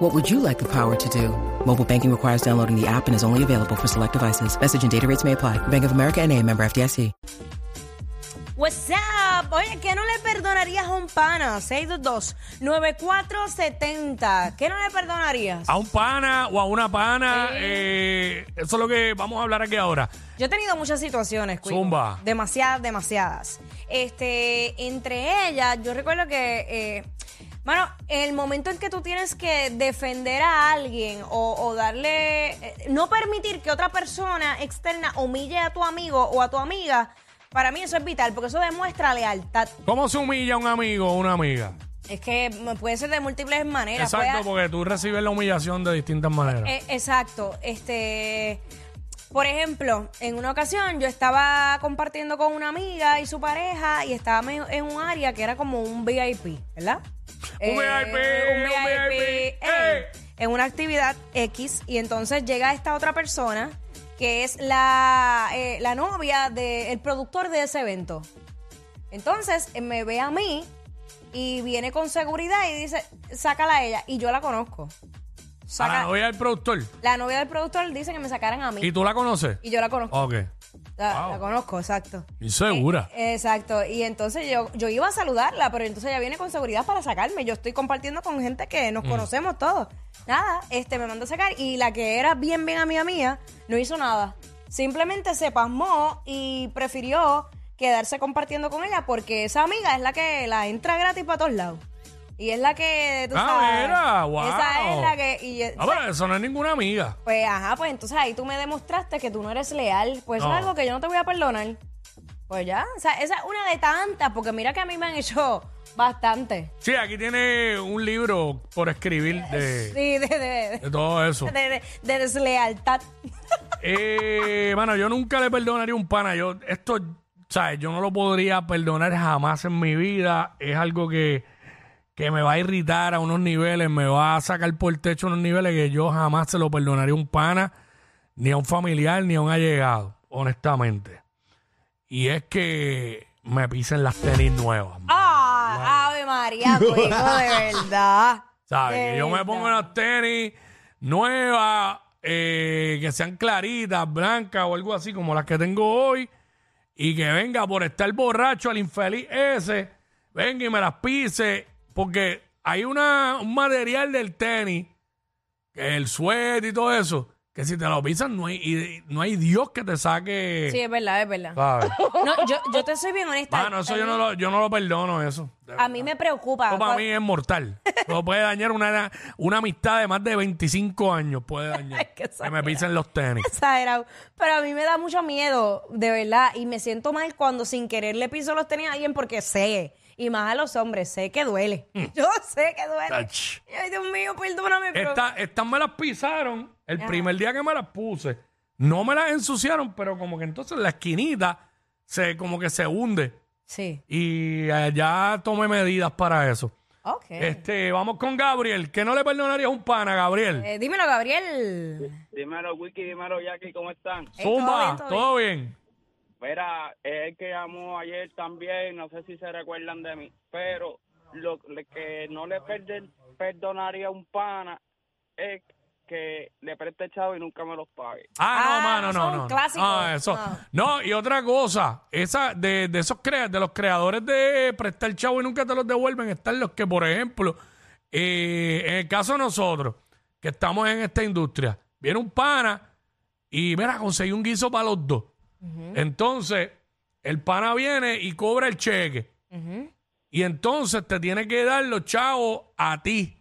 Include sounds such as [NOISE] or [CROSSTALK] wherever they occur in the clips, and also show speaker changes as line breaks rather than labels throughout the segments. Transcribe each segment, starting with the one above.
What would you like the power to do? Mobile banking requires downloading the app and is only available for select devices. Message and data rates may apply. Bank of America and a member FDIC.
What's up? Oye, ¿qué no le perdonarías a un pana? 622-9470. ¿Qué no le perdonarías?
A un pana o a una pana. eh, eso es lo que vamos a hablar aquí ahora.
Yo he tenido muchas situaciones, Cuico.
Zumba.
Demasiadas, demasiadas. Este, entre ellas, yo recuerdo que, eh, mano, el momento en que tú tienes que defender a alguien o, o darle, eh, no permitir que otra persona externa humille a tu amigo o a tu amiga, para mí eso es vital, porque eso demuestra lealtad.
¿Cómo se humilla un amigo o una amiga?
Es que mm, puede ser de múltiples maneras. puede-
Exacto, porque tú recibes la humillación de distintas maneras.
pues, Eh, exacto. Este, por ejemplo, en una ocasión yo estaba compartiendo con una amiga y su pareja y estábamos en- en un área que era como un VIP, ¿verdad?
Un VIP, un VIP,
eh,
ey.
En una actividad X y entonces llega esta otra persona que es la, eh, la novia del productor de ese evento. Entonces eh, me ve a mí y viene con seguridad y dice, sácala a ella. Y yo la conozco.
A
Saca-
la novia del Ah, productor.
la novia del productor dice que me sacaran a mí.
¿Y
Y,
tú la conoces?
yo la conozco.
Ok.
La,
wow.
la conozco, exacto. Eh,
Insegura.
Exacto. Y entonces yo, yo iba a saludarla, pero entonces ella viene con seguridad para sacarme. Yo estoy compartiendo con gente que
Mm.
nos conocemos todos. Nada, este me mandó a sacar. Y la que era bien, bien amiga mía, no hizo nada. Simplemente se pasmó y prefirió quedarse compartiendo con ella porque esa amiga es la que la entra gratis para todos lados. Y es la que, tú
Ah,
sabes.
mira, wow.
Esa es la que. y-
Ah, pero eso no es ninguna amiga.
pues ajá, pues entonces ahí tú me demostraste que tú no eres leal. Pues eso
No.
es algo que yo no te voy a perdonar. Pues ya, o sea, esa es una de tantas, porque mira que a mí me han hecho bastante.
Sí, aquí tiene un libro por escribir de,
Sí, de, de,
de todo eso.
de- de- de deslealtad.
Eh, mano, yo nunca le perdonaría un pana. Yo, esto, ¿sabes? Yo no lo podría perdonar jamás en mi vida. Es algo que, que me va a irritar a unos niveles, me va a sacar por el techo unos niveles que yo jamás se lo perdonaría a un pana, ni a un familiar, ni a un allegado, honestamente. Y es que me pisen las tenis nuevas. man.
¡Ah! ¡Ave María, Cuico, de
[LAUGHS]
verdad!
¿Sabes?
de
Que yo me
verdad.
pongo unas tenis nuevas, eh, que sean claritas, blancas o algo así, como las que tengo hoy, y que venga por estar borracho al infeliz ese, venga y me las pise, porque hay una, un material del tenis, que el suéter y todo eso, que si te lo pisan no hay, y- no hay Dios que te saque.
Sí, es verdad, es verdad.
¿Sabes?
No, yo, yo te soy bien honesta.
Mano, eso yo no lo, yo no lo perdono, eso.
A mí me preocupa.
Eso para mí es mortal. Eso puede dañar una, una amistad de más de 25 años.
[LAUGHS]
Puede dañar.
qué
que me pisen los tenis.
[LAUGHS] exagerado. Pero a mí me da mucho miedo, de verdad. Y me siento mal cuando sin querer le piso los tenis a alguien porque sé. Y más a los hombres, sé que duele.
Mm.
[LAUGHS] Yo sé que duele.
Ach.
Ay, Dios mío, perdóname, pero.
Esta- estas me las pisaron el primer día que me las puse. No me las ensuciaron, pero como que entonces la esquinita se, como que se hunde.
Sí.
Y eh, ya tomé medidas para eso.
Ok.
Este, vamos con Gabriel. Que no le perdonaría a un pana, Gabriel.
Eh, dímelo, Gabriel.
Dímelo, Wiki, dímelo, Jackie, ¿cómo están?
eh, todo bien,
Zumba,
todo
todo bien.
Mira, es el que llamó ayer también, no sé si se recuerdan de mí, pero lo le- que no le perden- perdonaría a un pana es que le preste chavo y nunca me los pague.
Ah,
Ah, no, mano,
eso
no,
es un
no. no.
clásico.
Ah, eso.
Ah.
No, y otra cosa, esa de, de esos crea- de los creadores de prestar chavo y nunca te los devuelven, están los que, por ejemplo, eh, en el caso de nosotros, que estamos en esta industria, viene un pana y mira, conseguí un guiso para los dos. Entonces, el pana viene y cobra el cheque. Y entonces te tiene que dar los chavos a ti,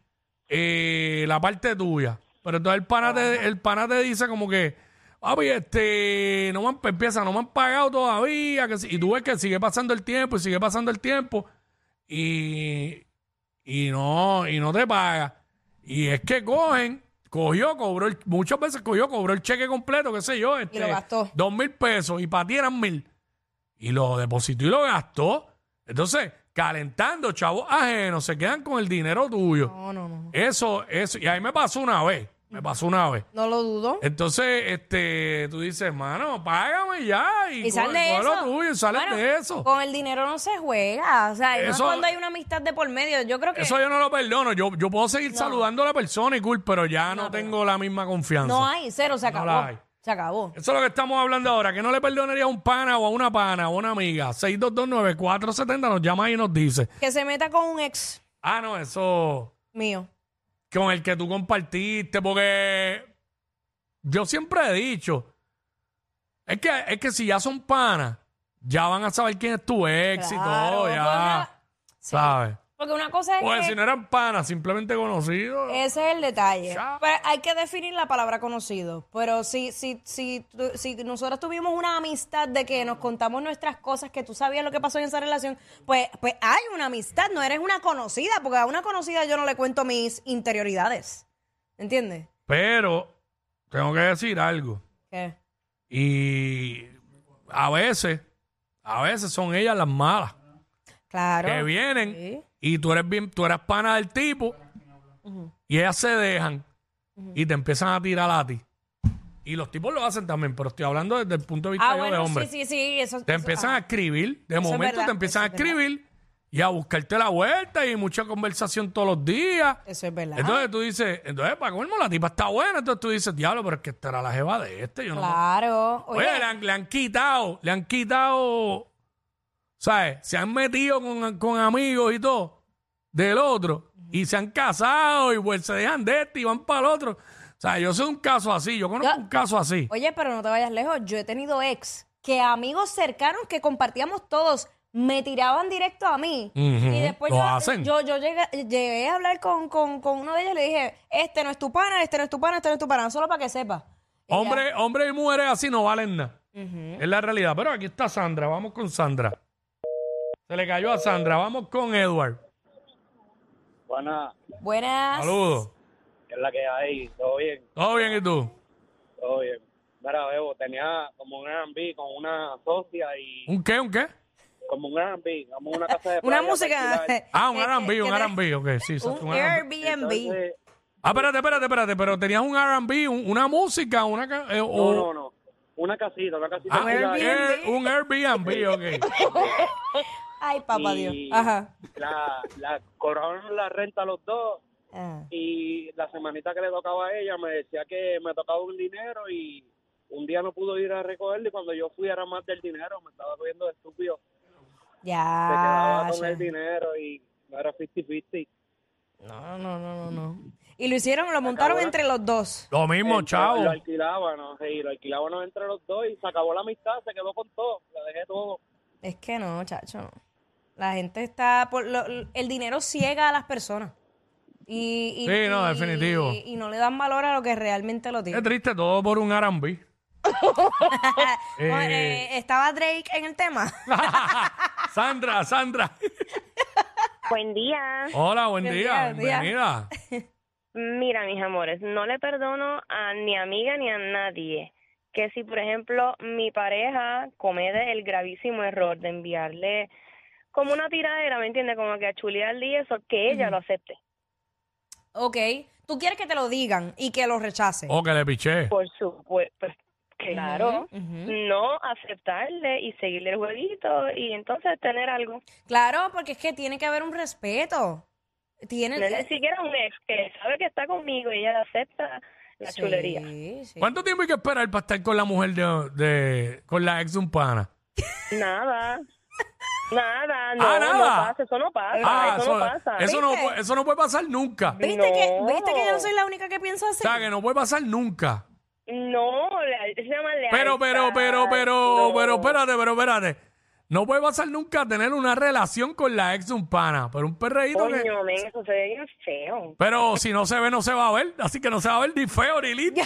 eh, la parte tuya. Pero entonces el pana, te, el pana te dice como que, papi, este, no me han, empieza, no me han pagado todavía. Que, si-". y tú ves que sigue pasando el tiempo y sigue pasando el tiempo y, y no, y no te paga. Y es que cogen, cogió, cobró, el- muchas veces cogió, cobró el cheque completo, qué sé yo, este,
lo gastó.
dos mil pesos y para ti eran mil. y lo depositó y lo gastó. Entonces, calentando, chavos ajenos, se quedan con el dinero tuyo.
No, no, no.
Eso, eso. Y ahí me pasó una vez. Me pasó una vez.
No lo dudo.
Entonces, este, tú dices, mano, págame ya. Y,
Y sal
sale
de eso.
Eh, lo tuyo y sale
Bueno,
de eso.
Con el dinero no se juega. O sea, y más
Eso-
cuando hay una amistad de por medio. Yo creo que
Eso yo no lo perdono. Yo, yo puedo seguir saludando a la persona y cool, pero ya no, tengo la misma confianza.
no hay, cero, se acabó.
la hay.
Se acabó.
Eso es lo que estamos hablando ahora, que no le perdonaría a un pana o a una pana o a una amiga. 6229470 nos llama y nos dice,
Que se meta con un ex
ah, no, eso
mío.
con el que tú compartiste, porque yo siempre he dicho, es que, es que si ya son panas, ya van a saber quién es tu ex y
Claro,
todo,
pues
ya,
nada.
¿sabes?
Porque una cosa es
Pues
que
si no eran panas, simplemente conocidos.
Ese es el detalle.
Ya.
Pero hay que definir la palabra conocido. Pero si, si, si, tú- si nosotros tuvimos una amistad de que nos contamos nuestras cosas, que tú sabías lo que pasó en esa relación, pues, pues hay una amistad, no eres una conocida, porque a una conocida yo no le cuento mis interioridades. ¿Entiendes?
Pero tengo que decir algo.
¿Qué?
Y a veces, a veces son ellas las malas
Claro.
que vienen
Sí.
y tú eres bien, tú eras pana del tipo y ellas se dejan y te empiezan a tirar a ti. Y los tipos lo hacen también, pero estoy hablando desde el punto de vista
Ah,
yo
bueno,
de hombre.
sí, sí, sí. Eso,
Te
eso-
empiezan
ah.
a escribir, de
Eso es
momento te
verdad,
empiezan a
eso es verdad.
escribir y a buscarte la vuelta y mucha conversación todos los días.
Eso es verdad.
Entonces tú dices, entonces para colmo la tipa está buena, entonces tú dices, diablo, pero es que estará la jeva de este, yo no me-
claro. Oye,
Oye, le, han, le han quitado, le han quitado, ¿sabes? Se han metido con, con amigos y todo del otro y se han casado y pues se dejan de este y van para el otro. O sea, yo sé un caso así, yo conozco
Ya.
un caso así.
Oye, pero no te vayas lejos. Yo he tenido ex que amigos cercanos que compartíamos todos me tiraban directo a mí.
Ujú,
Y después
lo
yo,
hacen.
yo, yo llegué, llegué a hablar con, con, con uno de ellos y le dije, este no es tu pana, este no es tu pana, este no es tu pana, solo para que sepa. Y
Hombre, hombre y mujeres así no valen nada. Es la realidad. Pero aquí está Sandra, vamos con Sandra. Se le cayó a Sandra, vamos con Edward.
Buena,
ya. Buenas.
Saludos.
es la que hay, todo bien.
¿Todo bien y tú?
Todo bien. Mira, Bebo, tenía como un R&B con una socia y
¿Un qué? ¿Un qué?
como un R&B, como una casa de
Una
playa
música.
particular.
Ah,
[LAUGHS]
un
que- que-
R&B, un
que te-
R&B, ok, sí, exacto,
Un
un R&B.
Airbnb.
Entonces,
Ah, espérate, espérate, espérate, pero tenías un R&B, un- una música, una... ca- eh,
no,
o-
no, no. Una casita, una casita.
Ah, un
privada.
Airbnb.
Air- un Airbnb, ok.
Ay, papá Dios.
Y
Ajá.
La, la cobraron la renta los dos
Ah.
y la semanita que le tocaba a ella me decía que me tocaba un dinero y un día no pudo ir a recogerlo y cuando yo fui era más del dinero, me estaba viendo de estúpido. Se
Ya.
quedaba con
Ah, ya.
el dinero y no era 50-50.
No, no, no, no, no. Y lo hicieron, lo montaron entre los dos.
Lo mismo,
Entonces,
chavo.
Lo alquilábamos, sí, lo alquilábamos entre los dos y se acabó la amistad, se quedó con todo, la dejé todo.
Es que no, chacho. La gente está por lo- el dinero ciega a las personas. Y, y-
Sí, no,
y-
definitivo. Eh,
Y, no le dan valor a lo que realmente lo
Qué
tiene.
triste, todo por un R&B. Eh.
No, eh, Estaba Drake en el tema.
Sandra, Sandra.
[LAUGHS] Buen día.
Hola, buen
Buen
día,
día, buen día.
bienvenida.
Mira, mis amores, no le perdono a ni amiga ni a nadie que si, por ejemplo, mi pareja comete el gravísimo error de enviarle como una tiradera, ¿me entiendes? Como que a chulearle y eso, que ella lo acepte.
ok. Tú quieres que te lo digan y que lo rechace.
Oh, que le piché.
Por supuesto, pues, claro.
Ujú, ujú.
No aceptarle y seguirle el jueguito y entonces tener algo.
Claro, porque es que tiene que haber un respeto. Tiene [LAUGHS]
No es ni siquiera un ex que sabe que está conmigo y ella le acepta la
Sí,
chulería.
sí.
¿Cuánto tiempo hay que esperar para estar con la mujer de... de- con la ex de un pana?
Nada. Nada, no,
Ah,
no
nada.
pasa, eso no pasa,
Ah,
eso, no pasa.
eso no
¿Viste?
puede- eso no puede pasar nunca.
¿Viste,
No.
que, ¿Viste que yo no soy la única que piensa
O
así?
sea, que no puede pasar nunca.
No, leal- se llama
Pero, pero,
lealtad,
pero, pero,
no.
pero, espérate, pero, espérate. No puede pasar nunca tener una relación con la ex de un pana, pero un perreíto que...
Coño, men, eso se ve bien feo.
Pero si no se ve, no se va a ver. Así que no se va a ver ni feo ni lindo.